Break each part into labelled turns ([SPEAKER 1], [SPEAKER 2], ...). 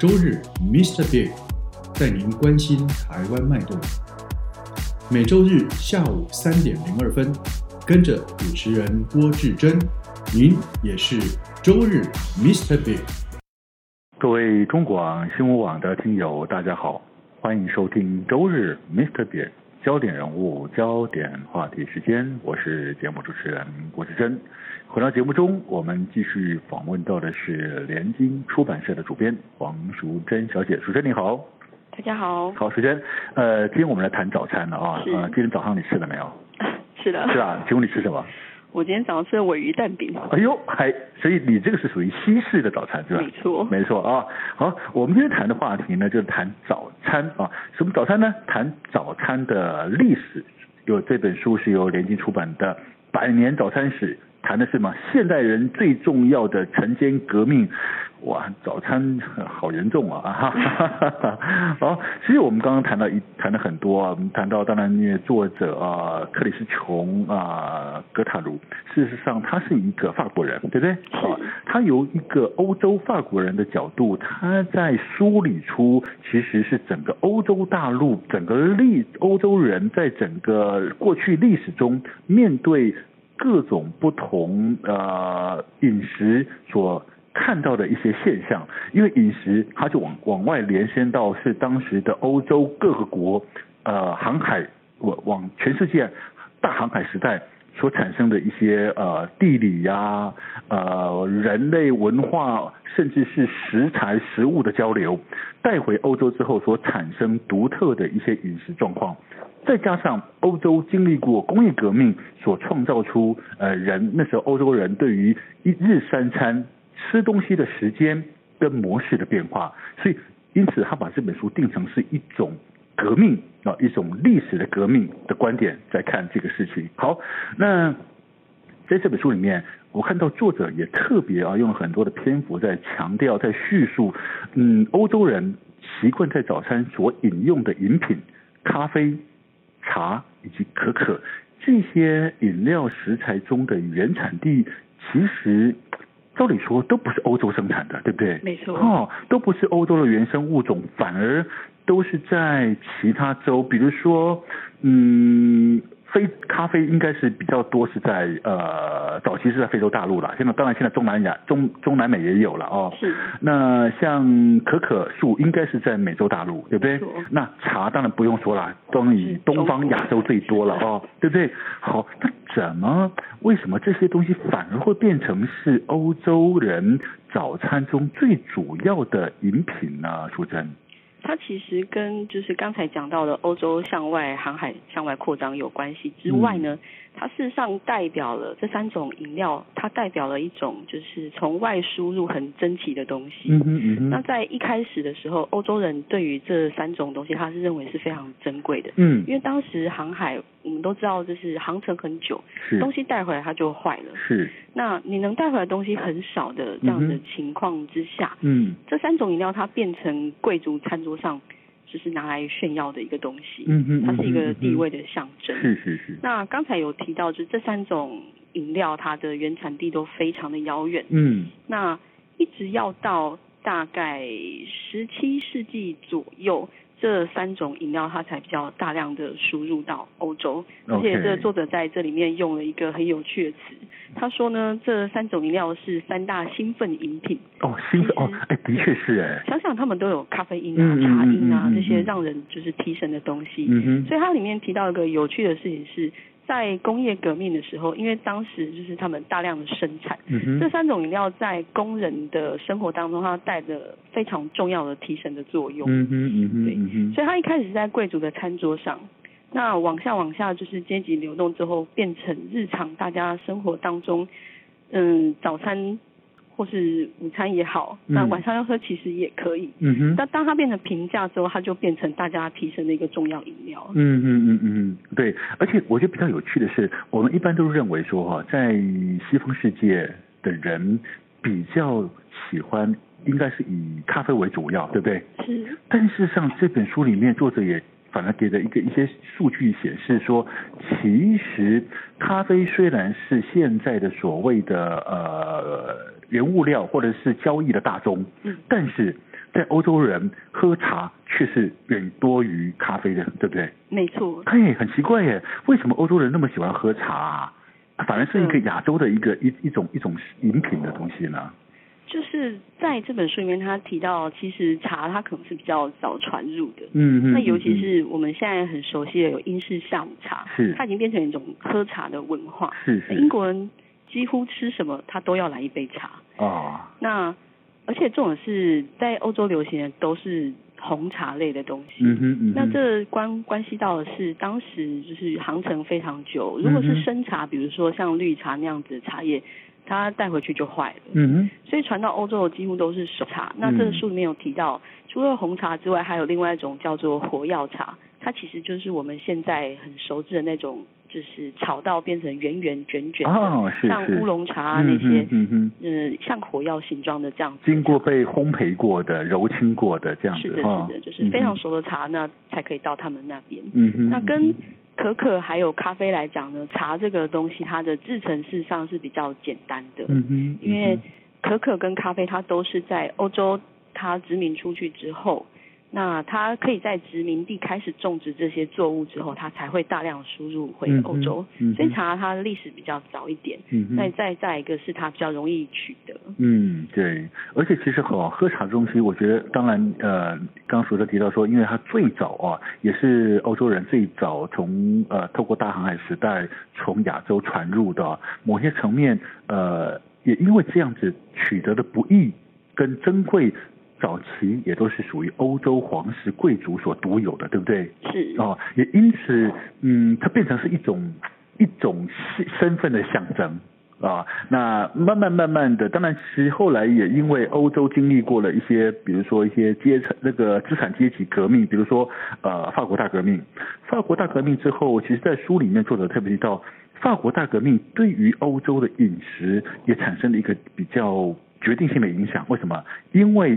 [SPEAKER 1] 周日，Mr. Big 带您关心台湾脉动。每周日下午三点零二分，跟着主持人郭志珍，您也是周日 Mr. Big。
[SPEAKER 2] 各位中广新闻网的听友，大家好，欢迎收听周日 Mr. Big 焦点人物、焦点话题时间，我是节目主持人郭志珍。回到节目中，我们继续访问到的是联经出版社的主编王淑珍小姐。淑珍你好，
[SPEAKER 3] 大家好，
[SPEAKER 2] 好，淑珍，呃，今天我们来谈早餐了啊，
[SPEAKER 3] 是
[SPEAKER 2] 呃，今天早上你吃了没有？
[SPEAKER 3] 是的，
[SPEAKER 2] 是啊，请问你吃什么？
[SPEAKER 3] 我今天早上吃了尾鱼蛋饼，
[SPEAKER 2] 哎呦，还所以你这个是属于西式的早餐是吧？
[SPEAKER 3] 没错
[SPEAKER 2] 没错啊。好，我们今天谈的话题呢，就是谈早餐啊。什么早餐呢？谈早餐的历史。有这本书是由联经出版的《百年早餐史》，谈的是嘛现代人最重要的晨间革命。哇，早餐呃好严重啊！哈哈哈哈好，其实我们刚刚谈到一谈了很多啊，我们谈到当然因为作者啊克里斯琼啊格塔鲁，事实上他是一个法国人，对不对？啊，他由一个欧洲法国人的角度，他在梳理出其实是整个欧洲大陆、整个历欧洲人在整个过去历史中面对各种不同呃饮食所看到的一些现象，因为饮食它就往往外延伸到是当时的欧洲各个国呃航海往往全世界大航海时代所产生的一些呃地理呀、呃人类文化甚至是食材食物的交流，带回欧洲之后所产生独特的一些饮食状况。再加上欧洲经历过工业革命所创造出呃人那时候欧洲人对于一日三餐吃东西的时间跟模式的变化，所以因此他把这本书定成是一种革命啊，一种历史的革命的观点在看这个事情。好，那在这本书里面，我看到作者也特别啊，用了很多的篇幅在强调、在叙述，嗯，欧洲人习惯在早餐所饮用的饮品，咖啡、茶以及可可这些饮料食材中的原产地，其实照理说都不是欧洲生产的，对不对？
[SPEAKER 3] 没错
[SPEAKER 2] 哦，都不是欧洲的原生物种，反而都是在其他州，比如说，嗯。非咖啡应该是比较多是在呃早期是在非洲大陆啦，现在当然现在中南亚中中南美也有了哦。
[SPEAKER 3] 是
[SPEAKER 2] 那像可可树应该是在美洲大陆，对不对
[SPEAKER 3] 没错？
[SPEAKER 2] 那茶当然不用说了，当然以东方亚洲最多了哦，对不对？好，那怎么为什么这些东西反而会变成是欧洲人早餐中最主要的饮品呢？淑珍，
[SPEAKER 3] 它其实跟就是刚才讲到的欧洲向外航海、向外扩张有关系之外
[SPEAKER 2] 嗯
[SPEAKER 3] 呢，它事实上代表了这三种饮料，它代表了一种就是从外输入很珍奇的东西。
[SPEAKER 2] 嗯哼嗯
[SPEAKER 3] 那
[SPEAKER 2] 哼，
[SPEAKER 3] 在一开始的时候，欧洲人对于这三种东西，他是认为是非常珍贵的，
[SPEAKER 2] 嗯
[SPEAKER 3] 因为当时航海，我们都知道就是航程很久，
[SPEAKER 2] 是
[SPEAKER 3] 东西带回来它就坏了。
[SPEAKER 2] 是
[SPEAKER 3] 那你能带回来的东西很少的这样的
[SPEAKER 2] 嗯哼
[SPEAKER 3] 情况之下，
[SPEAKER 2] 嗯
[SPEAKER 3] 这三种饮料它变成贵族餐桌上就是拿来炫耀的一个东西，
[SPEAKER 2] 嗯哼，
[SPEAKER 3] 它是一个
[SPEAKER 2] 嗯哼嗯
[SPEAKER 3] 地位，的象征。
[SPEAKER 2] 是是是，
[SPEAKER 3] 那刚才有提到，就是这三种饮料它的原产地都非常的遥远，
[SPEAKER 2] 嗯
[SPEAKER 3] 那一直要到大概十七世纪左右。这三种饮料，它才比较大量的输入到欧洲，而
[SPEAKER 2] OK
[SPEAKER 3] 且这作者在这里面用了一个很有趣的词，他说呢，这三种饮料是三大兴奋饮品，
[SPEAKER 2] 哦兴奋哦，哎的确是哎，
[SPEAKER 3] 想想他们都有咖啡因啊、
[SPEAKER 2] 嗯嗯
[SPEAKER 3] 茶因啊
[SPEAKER 2] 嗯嗯嗯
[SPEAKER 3] 这些让人就是提神的东西。
[SPEAKER 2] 嗯哼，
[SPEAKER 3] 所以它里面提到一个有趣的事情是，在工业革命的时候，因为当时就是他们大量的生产，
[SPEAKER 2] 嗯
[SPEAKER 3] 这
[SPEAKER 2] 哼，
[SPEAKER 3] 三种饮料在工人的生活当中，它带着非常重要的提神的作用。
[SPEAKER 2] 嗯哼嗯哼嗯哼，
[SPEAKER 3] 所以它一开始是在贵族的餐桌上，那往下往下就是阶级流动之后，变成日常大家生活当中，嗯，早餐或是午餐也好，
[SPEAKER 2] 嗯
[SPEAKER 3] 那晚上要喝其实也可以。
[SPEAKER 2] 嗯哼，
[SPEAKER 3] 但当它变成平价之后，它就变成大家提升的一个重要饮料了。
[SPEAKER 2] 嗯嗯嗯嗯，对，而且我觉得比较有趣的是，我们一般都认为说哈，在西方世界的人比较喜欢应该是以咖啡为主要，对不对？
[SPEAKER 3] 是，
[SPEAKER 2] 但事实上，这本书里面作者也反而给了一个一些数据显示说，其实咖啡虽然是现在的所谓的呃原物料或者是交易的大宗，
[SPEAKER 3] 嗯
[SPEAKER 2] 但是在欧洲人喝茶却是远多于咖啡的，对不对？
[SPEAKER 3] 没错，
[SPEAKER 2] 嘿，很奇怪耶，为什么欧洲人那么喜欢喝茶、啊？反而是一个
[SPEAKER 3] 嗯
[SPEAKER 2] 亚洲的一个一一种一种饮品的东西呢？
[SPEAKER 3] 就是在这本书里面，他提到，其实茶它可能是比较早传入的。
[SPEAKER 2] 嗯嗯
[SPEAKER 3] 那尤其是我们现在很熟悉的有英式下午茶，
[SPEAKER 2] 是
[SPEAKER 3] 它已经变成一种喝茶的文化。
[SPEAKER 2] 是是
[SPEAKER 3] 英国人几乎吃什么，他都要来一杯茶。
[SPEAKER 2] 啊，
[SPEAKER 3] 那而且这种是在欧洲流行的都是红茶类的东西。
[SPEAKER 2] 嗯哼嗯哼，
[SPEAKER 3] 那这关关系到的是当时就是航程非常久，如果
[SPEAKER 2] 嗯
[SPEAKER 3] 是
[SPEAKER 2] 哼
[SPEAKER 3] 生茶，比如说像绿茶那样子的茶叶，它带回去就坏了。
[SPEAKER 2] 嗯哼。
[SPEAKER 3] 所以传到欧洲的几乎都是熟茶。
[SPEAKER 2] 嗯
[SPEAKER 3] 那这个书里面有提到，除了红茶之外，还有另外一种叫做火药茶，它其实就是我们现在很熟知的那种，就是炒到变成圆圆卷卷的，
[SPEAKER 2] 哦，是
[SPEAKER 3] 像
[SPEAKER 2] 是
[SPEAKER 3] 乌龙茶啊
[SPEAKER 2] 嗯
[SPEAKER 3] 那些
[SPEAKER 2] 哼，嗯哼，
[SPEAKER 3] 嗯、像火药形状的这样子的茶。
[SPEAKER 2] 经过被烘焙过的、揉青过的这样子
[SPEAKER 3] 是的，
[SPEAKER 2] 哈，
[SPEAKER 3] 是的，就是非常熟的茶，那才可以到他们那边。
[SPEAKER 2] 嗯哼。嗯哼，
[SPEAKER 3] 那跟可可还有咖啡来讲呢，茶这个东西它的制成事实上是比较简单的，
[SPEAKER 2] 嗯哼，
[SPEAKER 3] 因为
[SPEAKER 2] 嗯哼
[SPEAKER 3] 可可跟咖啡它都是在欧洲它殖民出去之后，那它可以在殖民地开始种植这些作物之后，它才会大量输入回
[SPEAKER 2] 嗯哼
[SPEAKER 3] 欧洲，
[SPEAKER 2] 嗯哼
[SPEAKER 3] 所以茶它历史比较早一点。
[SPEAKER 2] 嗯哼
[SPEAKER 3] 那再再一个是它比较容易取得，
[SPEAKER 2] 嗯，对，而且其实哈，喝茶这东西，我觉得当然，呃，刚刚所说提到说，因为它最早啊，也是欧洲人最早从呃透过大航海时代从亚洲传入的啊、某些层面，呃，也因为这样子取得的不易跟珍贵，早期也都是属于欧洲皇室贵族所独有的，对不对？
[SPEAKER 3] 是
[SPEAKER 2] 哦，也因此，嗯，它变成是一种一种身身份的象征啊。那慢慢慢慢的，当然其实后来也因为欧洲经历过了一些，比如说一些阶层那个资产阶级革命，比如说呃法国大革命。法国大革命之后，其实在书里面作者特别提到，法国大革命对于欧洲的饮食也产生了一个比较决定性的影响。为什么？因为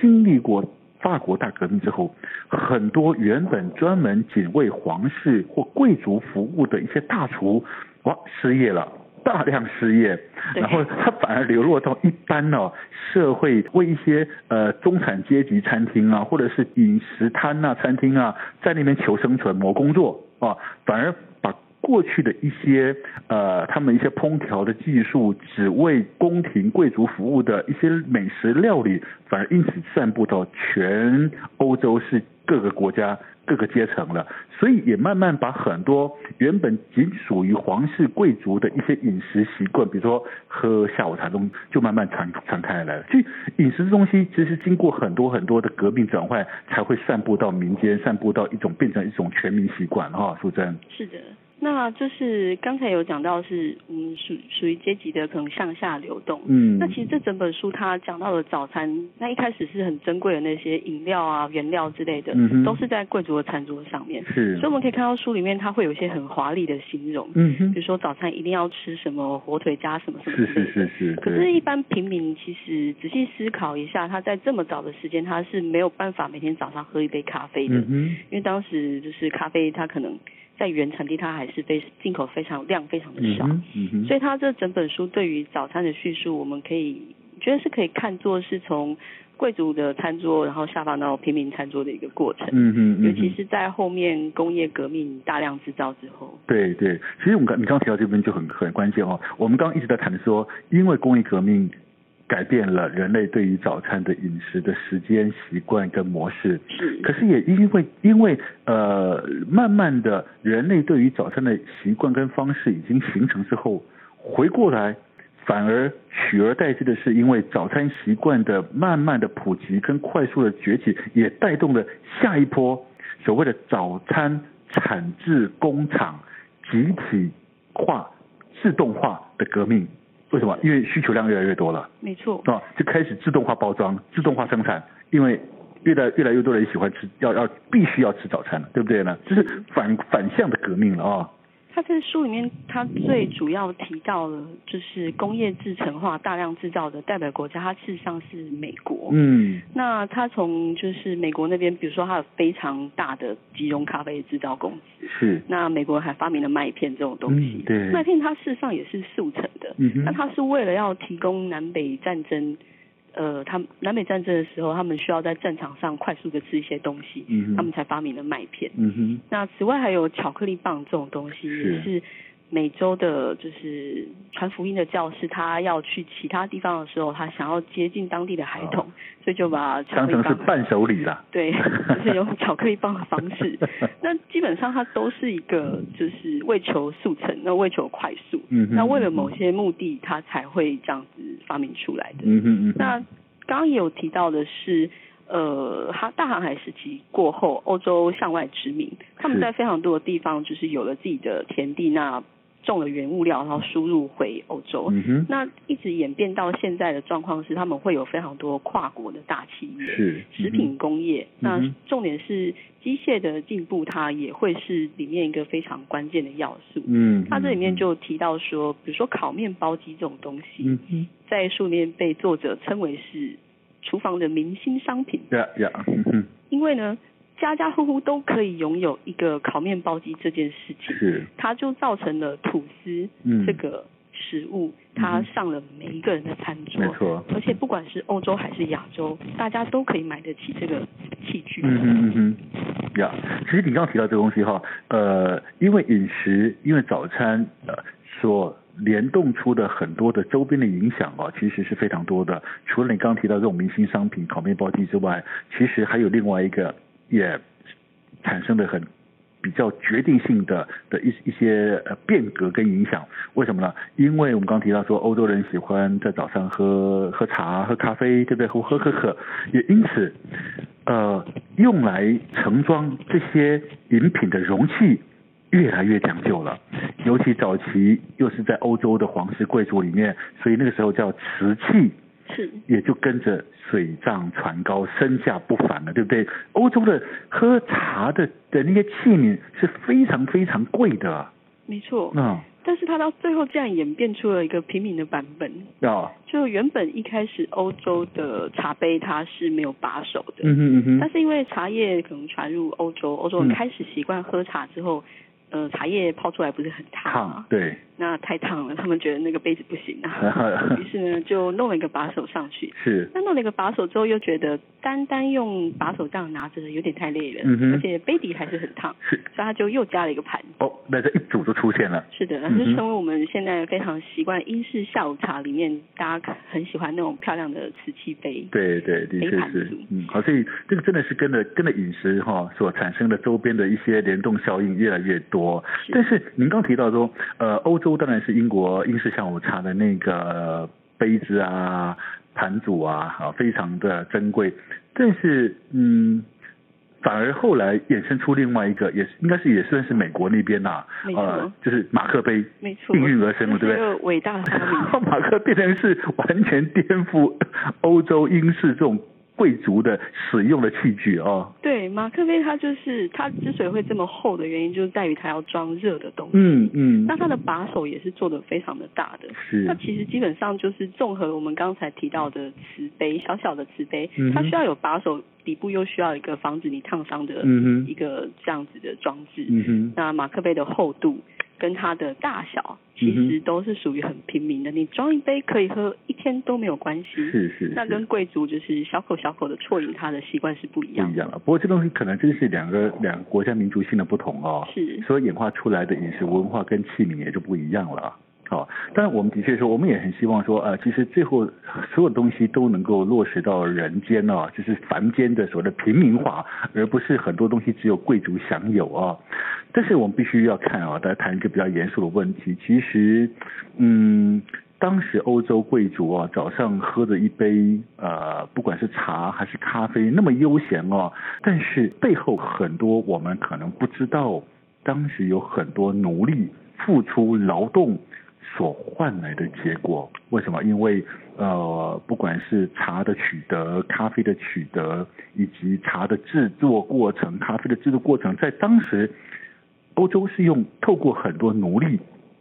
[SPEAKER 2] 经历过法国大革命之后，很多原本专门仅为皇室或贵族服务的一些大厨，哇，失业了。大量失业，
[SPEAKER 3] 对
[SPEAKER 2] 然后他反而流落到一般哦社会，为一些呃中产阶级餐厅啊，或者是饮食摊啊、餐厅啊，在那边求生存、谋工作啊，反而把过去的一些呃，他们一些烹调的技术，只为宫廷贵族服务的一些美食料理，反而因此散布到全欧洲是各个国家、各个阶层了。所以也慢慢把很多原本仅属于皇室贵族的一些饮食习惯，比如说喝下午茶中，就慢慢传传开来了。所以饮食这东西其实经过很多很多的革命转换，才会散布到民间，散布到一种变成一种全民习惯哈、淑珍。
[SPEAKER 3] 是的，那就是刚才有讲到是嗯属属于阶级的可能向下流动。
[SPEAKER 2] 嗯
[SPEAKER 3] 那其实这整本书它讲到了早餐，那一开始是很珍贵的那些饮料啊、原料之类的，
[SPEAKER 2] 嗯哼
[SPEAKER 3] 都是在贵族的餐桌上面。
[SPEAKER 2] 是
[SPEAKER 3] 所以我们可以看到书里面它会有一些很华丽的形容，
[SPEAKER 2] 嗯哼
[SPEAKER 3] 比如说早餐一定要吃什么火腿加什么什么之
[SPEAKER 2] 是
[SPEAKER 3] 类
[SPEAKER 2] 是
[SPEAKER 3] 的。
[SPEAKER 2] 是是，
[SPEAKER 3] 可是，一般平民其实仔细思考一下，他在这么早的时间，他是没有办法每天早上喝一杯咖啡的。
[SPEAKER 2] 嗯哼，
[SPEAKER 3] 因为当时就是咖啡，它可能在原产地它还是非进口非常量非常的
[SPEAKER 2] 嗯
[SPEAKER 3] 少，
[SPEAKER 2] 哼，嗯哼，
[SPEAKER 3] 所以它这整本书对于早餐的叙述，我们可以觉得是可以看作是从贵族的餐桌，然后下放到平民餐桌的一个过程。
[SPEAKER 2] 嗯哼，嗯哼
[SPEAKER 3] 尤其是在后面工业革命大量制造之后，
[SPEAKER 2] 对对，其实我们刚你刚提到这边就很很关键哦。我们刚刚一直在谈说，因为工业革命改变了人类对于早餐的饮食的时间习惯跟模式，
[SPEAKER 3] 是
[SPEAKER 2] 可是也因为因为呃，慢慢的人类对于早餐的习惯跟方式已经形成之后，回过来反而取而代之的是，因为早餐习惯的慢慢的普及跟快速的崛起，也带动了下一波所谓的早餐产制工厂集体化、自动化的革命。为什么？因为需求量越来越多了，
[SPEAKER 3] 没错，
[SPEAKER 2] 啊，就开始自动化包装、自动化生产，因为越来越来越多人喜欢吃，要要必须要吃早餐了，对不对呢？这是反反向的革命了啊、
[SPEAKER 3] 他在书里面，他最主要提到了就是工业制成化、大量制造的代表国家，它事实上是美国。
[SPEAKER 2] 嗯
[SPEAKER 3] 那他从就是美国那边，比如说他有非常大的集中咖啡制造公司，
[SPEAKER 2] 是，
[SPEAKER 3] 那美国还发明了麦片这种东
[SPEAKER 2] 嗯
[SPEAKER 3] 西。
[SPEAKER 2] 对，
[SPEAKER 3] 麦片它事实上也是速成的，
[SPEAKER 2] 嗯
[SPEAKER 3] 那
[SPEAKER 2] 哼，
[SPEAKER 3] 它是为了要提供南北战争，呃，他们南北战争的时候，他们需要在战场上快速的吃一些东西，
[SPEAKER 2] 嗯哼
[SPEAKER 3] 他们才发明了麦片。
[SPEAKER 2] 嗯哼，
[SPEAKER 3] 那此外还有巧克力棒这种东西，
[SPEAKER 2] 是
[SPEAKER 3] 也是美洲的，就是传福音的教士，他要去其他地方的时候，他想要接近当地的孩童，所以就把
[SPEAKER 2] 哦
[SPEAKER 3] 巧
[SPEAKER 2] 当
[SPEAKER 3] 克
[SPEAKER 2] 成
[SPEAKER 3] 力
[SPEAKER 2] 是
[SPEAKER 3] 棒
[SPEAKER 2] 伴手礼啦。
[SPEAKER 3] 对，就是用巧克力棒的方式。那基本上它都是一个，就是为求速成，那为求快速，
[SPEAKER 2] 嗯哼
[SPEAKER 3] 那为了某些目的，它才会这样子发明出来的。
[SPEAKER 2] 嗯哼嗯哼，
[SPEAKER 3] 那刚刚也有提到的是，呃，它大航海时期过后，欧洲向外殖民，他们
[SPEAKER 2] 是
[SPEAKER 3] 在非常多的地方就是有了自己的田地，那种了原物料，然后输入回欧洲。
[SPEAKER 2] 嗯哼，
[SPEAKER 3] 那一直演变到现在的状况是，他们会有非常多跨国的大企业，
[SPEAKER 2] 是
[SPEAKER 3] 食品工业。
[SPEAKER 2] 嗯哼
[SPEAKER 3] 那重点是机械的进步，它也会是里面一个非常关键的要素。
[SPEAKER 2] 嗯，嗯
[SPEAKER 3] 它这里面就提到说，比如说烤面包机这种东西，
[SPEAKER 2] 嗯哼，
[SPEAKER 3] 在书里面被作者称为是厨房的明星商品，
[SPEAKER 2] 呀呀，嗯哼，
[SPEAKER 3] 因为呢，家家户户都可以拥有一个烤面包机这件事情，
[SPEAKER 2] 是，
[SPEAKER 3] 它就造成了吐司
[SPEAKER 2] 嗯，
[SPEAKER 3] 这个食物，它
[SPEAKER 2] 嗯
[SPEAKER 3] 上了每一个人的餐桌
[SPEAKER 2] 没。错，
[SPEAKER 3] 而且不管是欧洲还是亚洲，大家都可以买得起这个器具。
[SPEAKER 2] 嗯哼嗯哼，呀，其实你刚刚提到这个东西哈，呃，因为饮食，因为早餐，呃，所联动出的很多的周边的影响哦，其实是非常多的。除了你刚刚提到这种明星商品烤面包机之外，其实还有另外一个也产生的很比较决定性的的一一些呃变革跟影响。为什么呢？因为我们刚提到说，欧洲人喜欢在早上喝喝茶、喝咖啡，对不对？喝喝可可，也因此，呃，用来盛装这些饮品的容器越来越讲究了。尤其早期又是在欧洲的皇室贵族里面，所以那个时候叫瓷器。
[SPEAKER 3] 是，
[SPEAKER 2] 也就跟着水涨船高，身价不凡了，对不对？欧洲的喝茶的的那些器皿是非常非常贵的啊，
[SPEAKER 3] 没错。
[SPEAKER 2] 嗯，
[SPEAKER 3] 但是它到最后竟然演变出了一个平民的版本。
[SPEAKER 2] 啊，
[SPEAKER 3] 就原本一开始欧洲的茶杯它是没有把手的，
[SPEAKER 2] 嗯哼嗯
[SPEAKER 3] 但
[SPEAKER 2] 哼，
[SPEAKER 3] 是因为茶叶可能传入欧洲，欧洲人开始习惯喝茶之后，呃，茶叶泡出来不是很烫
[SPEAKER 2] 烫
[SPEAKER 3] 吗？
[SPEAKER 2] 对，
[SPEAKER 3] 那太烫了，他们觉得那个杯子不行啊，于是呢就弄了一个把手上去。
[SPEAKER 2] 是，
[SPEAKER 3] 那弄了一个把手之后，又觉得单单用把手这样拿着有点太累了，
[SPEAKER 2] 嗯哼
[SPEAKER 3] 而且杯底还是很烫，
[SPEAKER 2] 是
[SPEAKER 3] 所以他就又加了一个盘子。
[SPEAKER 2] 哦，那这一组就出现了，
[SPEAKER 3] 是的，
[SPEAKER 2] 嗯哼
[SPEAKER 3] 就成为我们现在非常习惯英式下午茶里面，大家很喜欢那种漂亮的瓷器杯。
[SPEAKER 2] 对对，的确
[SPEAKER 3] 非常
[SPEAKER 2] 是
[SPEAKER 3] 足，
[SPEAKER 2] 嗯，好，所以这个真的是跟着跟着饮食哈、所产生的周边的一些联动效应越来越多。
[SPEAKER 3] 是
[SPEAKER 2] 但是您刚提到说，呃，欧洲当然是英国英式下午茶的那个杯子啊、盘组啊，啊，非常的珍贵。但是，嗯，反而后来衍生出另外一个，也是应该是也算是美国那边呐、
[SPEAKER 3] 没错
[SPEAKER 2] 呃，就是马克杯
[SPEAKER 3] 没错，
[SPEAKER 2] 应运而生了，
[SPEAKER 3] 这
[SPEAKER 2] 对不
[SPEAKER 3] 是
[SPEAKER 2] 对？
[SPEAKER 3] 一个伟大的发明。
[SPEAKER 2] 马克变成是完全颠覆欧洲英式这种贵族的使用的器具哦。
[SPEAKER 3] 对，马克杯它就是它之所以会这么厚的原因，就是在于它要装热的东西。
[SPEAKER 2] 嗯嗯
[SPEAKER 3] 那它的把手也是做的非常的大的。
[SPEAKER 2] 是
[SPEAKER 3] 那其实基本上就是综合了我们刚才提到的瓷杯，小小的瓷杯
[SPEAKER 2] 嗯哼，
[SPEAKER 3] 它需要有把手，底部又需要一个防止你烫伤的
[SPEAKER 2] 嗯
[SPEAKER 3] 一
[SPEAKER 2] 哼
[SPEAKER 3] 个这样子的装置。
[SPEAKER 2] 嗯哼
[SPEAKER 3] 那马克杯的厚度跟它的大小，其
[SPEAKER 2] 嗯
[SPEAKER 3] 实
[SPEAKER 2] 哼
[SPEAKER 3] 都是属于很平民的。你装一杯可以喝一天都没有关系。
[SPEAKER 2] 是是
[SPEAKER 3] 那
[SPEAKER 2] 是
[SPEAKER 3] 跟贵族就是小口小口的啜饮，他的习惯是不一
[SPEAKER 2] 不
[SPEAKER 3] 样
[SPEAKER 2] 一
[SPEAKER 3] 的。
[SPEAKER 2] 样啊了。不过这东西可能真是两个两个国家民族性的不同哦。
[SPEAKER 3] 是
[SPEAKER 2] 所以演化出来的饮食文化跟器皿也就不一样了。好，但我们的确说，我们也很希望说，呃，其实最后所有东西都能够落实到人间哦，就是凡间的所谓的平民化，而不是很多东西只有贵族享有哦。但是我们必须要看啊、哦，大家谈一个比较严肃的问题，其实，嗯。当时欧洲贵族啊，早上喝着一杯呃，不管是茶还是咖啡，那么悠闲哦。但是背后很多我们可能不知道，当时有很多奴隶付出劳动所换来的结果。为什么？因为呃，不管是茶的取得、咖啡的取得，以及茶的制作过程、咖啡的制作过程，在当时欧洲是用透过很多奴隶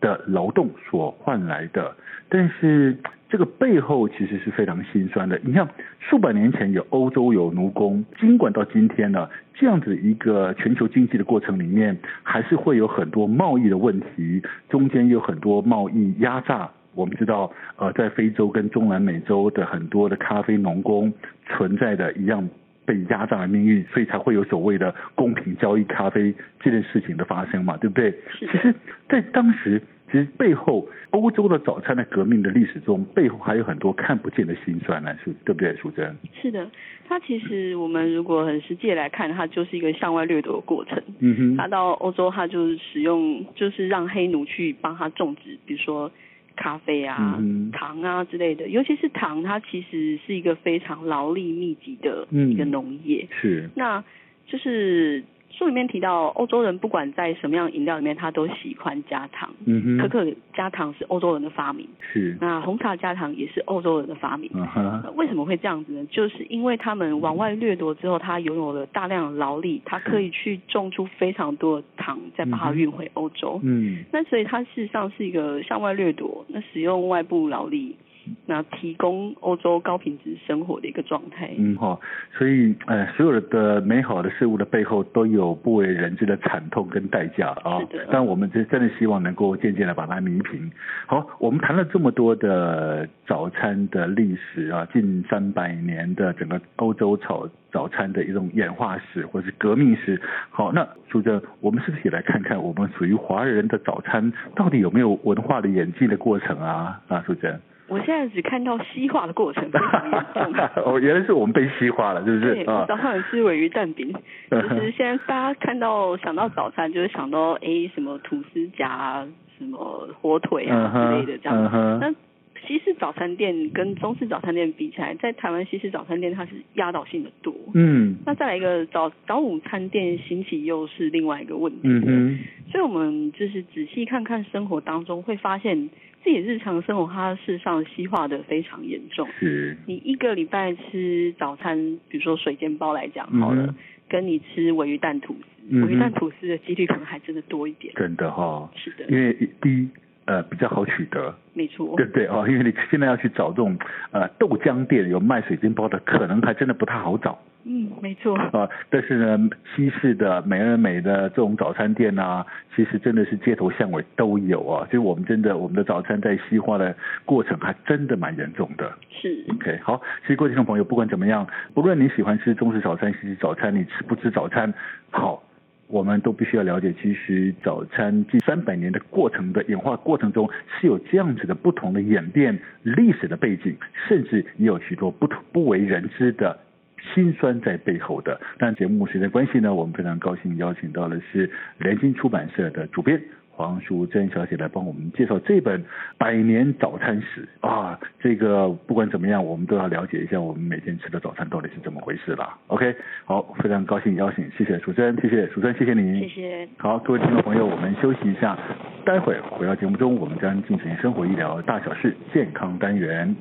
[SPEAKER 2] 的劳动所换来的，但是这个背后其实是非常心酸的。你像数百年前有欧洲有奴工，尽管到今天呢，这样子一个全球经济的过程里面，还是会有很多贸易的问题，中间有很多贸易压榨。我们知道，呃，在非洲跟中南美洲的很多的咖啡农工存在的一样被压榨的命运，所以才会有所谓的公平交易咖啡这件事情的发生嘛，对不对？
[SPEAKER 3] 是的
[SPEAKER 2] 其 实，在当时，其实背后欧洲的早餐的革命的历史中，背后还有很多看不见的辛酸呢，是对不对，淑珍？
[SPEAKER 3] 是的，它其实我们如果很实际地来看，它就是一个向外掠夺的过程。
[SPEAKER 2] 嗯
[SPEAKER 3] 他，到欧洲，他就是使用，就是让黑奴去帮他种植，比如说咖啡啊、
[SPEAKER 2] 嗯哼
[SPEAKER 3] 糖啊之类的。尤其是糖，它其实是一个非常劳力密集的
[SPEAKER 2] 嗯
[SPEAKER 3] 一个农业。
[SPEAKER 2] 是，
[SPEAKER 3] 那就是书里面提到，欧洲人不管在什么样的饮料里面，他都喜欢加糖。
[SPEAKER 2] 嗯
[SPEAKER 3] 可
[SPEAKER 2] 哼，
[SPEAKER 3] 可加糖是欧洲人的发明，
[SPEAKER 2] 是，
[SPEAKER 3] 那红茶加糖也是欧洲人的发明。
[SPEAKER 2] 嗯哼，
[SPEAKER 3] 呃为什么会这样子呢？就是因为他们往外掠夺之后，他拥有了大量的劳力，他可以去种出非常多的糖，再把它运回欧洲。
[SPEAKER 2] 嗯，
[SPEAKER 3] 那所以它事实上是一个向外掠夺，那使用外部劳力，那提供欧洲高品质生活的一个状态。
[SPEAKER 2] 嗯哈，所以呃，所有的美好的事物的背后都有不为人知的惨痛跟代价啊
[SPEAKER 3] 是的。
[SPEAKER 2] 但我们真真的希望能够渐渐的把它弥平。好，我们谈了这么多的早餐的历史啊，近三百年的整个欧洲早早餐的一种演化史或是革命史。好，那淑珍，我们是不是也来看看我们属于华人的早餐到底有没有文化的演进的过程啊？啊，淑珍。
[SPEAKER 3] 我现在只看到西化的过程，非常严重。
[SPEAKER 2] 哦，原来是我们被西化 了，是不
[SPEAKER 3] 嗯对，
[SPEAKER 2] 是？
[SPEAKER 3] 我
[SPEAKER 2] 啊，
[SPEAKER 3] 早上有吃尾鱼蛋饼，就是 现在大家看到想到早餐，就是想到诶什么吐司夹啊，什么火腿啊之类的这样
[SPEAKER 2] 嗯
[SPEAKER 3] 子。
[SPEAKER 2] 哼
[SPEAKER 3] 那西式早餐店跟中式早餐店比起来，在台湾西式早餐店它是压倒性的多。
[SPEAKER 2] 嗯
[SPEAKER 3] 那再来一个早早午餐店兴起又是另外一个问题
[SPEAKER 2] 嗯
[SPEAKER 3] 了。
[SPEAKER 2] 哼，
[SPEAKER 3] 所以我们就是仔细看看生活当中，会发现自己日常生活它事实上西化的非常严重。
[SPEAKER 2] 是
[SPEAKER 3] 你一个礼拜吃早餐，比如说水煎包来讲好
[SPEAKER 2] 嗯
[SPEAKER 3] 了，
[SPEAKER 2] 哼
[SPEAKER 3] 跟你吃尾鱼蛋吐司，
[SPEAKER 2] 嗯哼
[SPEAKER 3] 尾鱼蛋吐司的几率可能还真的多一点。
[SPEAKER 2] 真的哈、
[SPEAKER 3] 是的，
[SPEAKER 2] 因为第一呃比较好取得，
[SPEAKER 3] 没错
[SPEAKER 2] 嗯对，不对哦？因为你现在要去找这种呃豆浆店有卖水晶包的，可能还真的不太好找。
[SPEAKER 3] 嗯，没错，
[SPEAKER 2] 啊，但是呢，西式的美而美的这种早餐店啊，其实真的是街头巷尾都有啊。所以我们真的我们的早餐在西化的过程还真的蛮严重的。
[SPEAKER 3] 是
[SPEAKER 2] OK，好，其实各位听众朋友，不管怎么样，不论你喜欢吃中式早餐、西式早餐，你吃不吃早餐，好，我们都必须要了解，其实早餐近三百年的过程的演化过程中，是有这样子的不同的演变历史的背景，甚至也有许多不同不为人知的。辛酸在背后的。但节目时间关系呢，我们非常高兴邀请到的是联经出版社的主编黄淑珍小姐来帮我们介绍这本《百年早餐史》啊。这个不管怎么样，我们都要了解一下我们每天吃的早餐到底是怎么回事啦。OK，好，非常高兴邀请，谢谢淑珍，谢谢淑珍，谢谢你，
[SPEAKER 3] 谢谢。
[SPEAKER 2] 好，各位听众朋友，我们休息一下，待会儿回到节目中，我们将进行生活医疗大小事健康单元。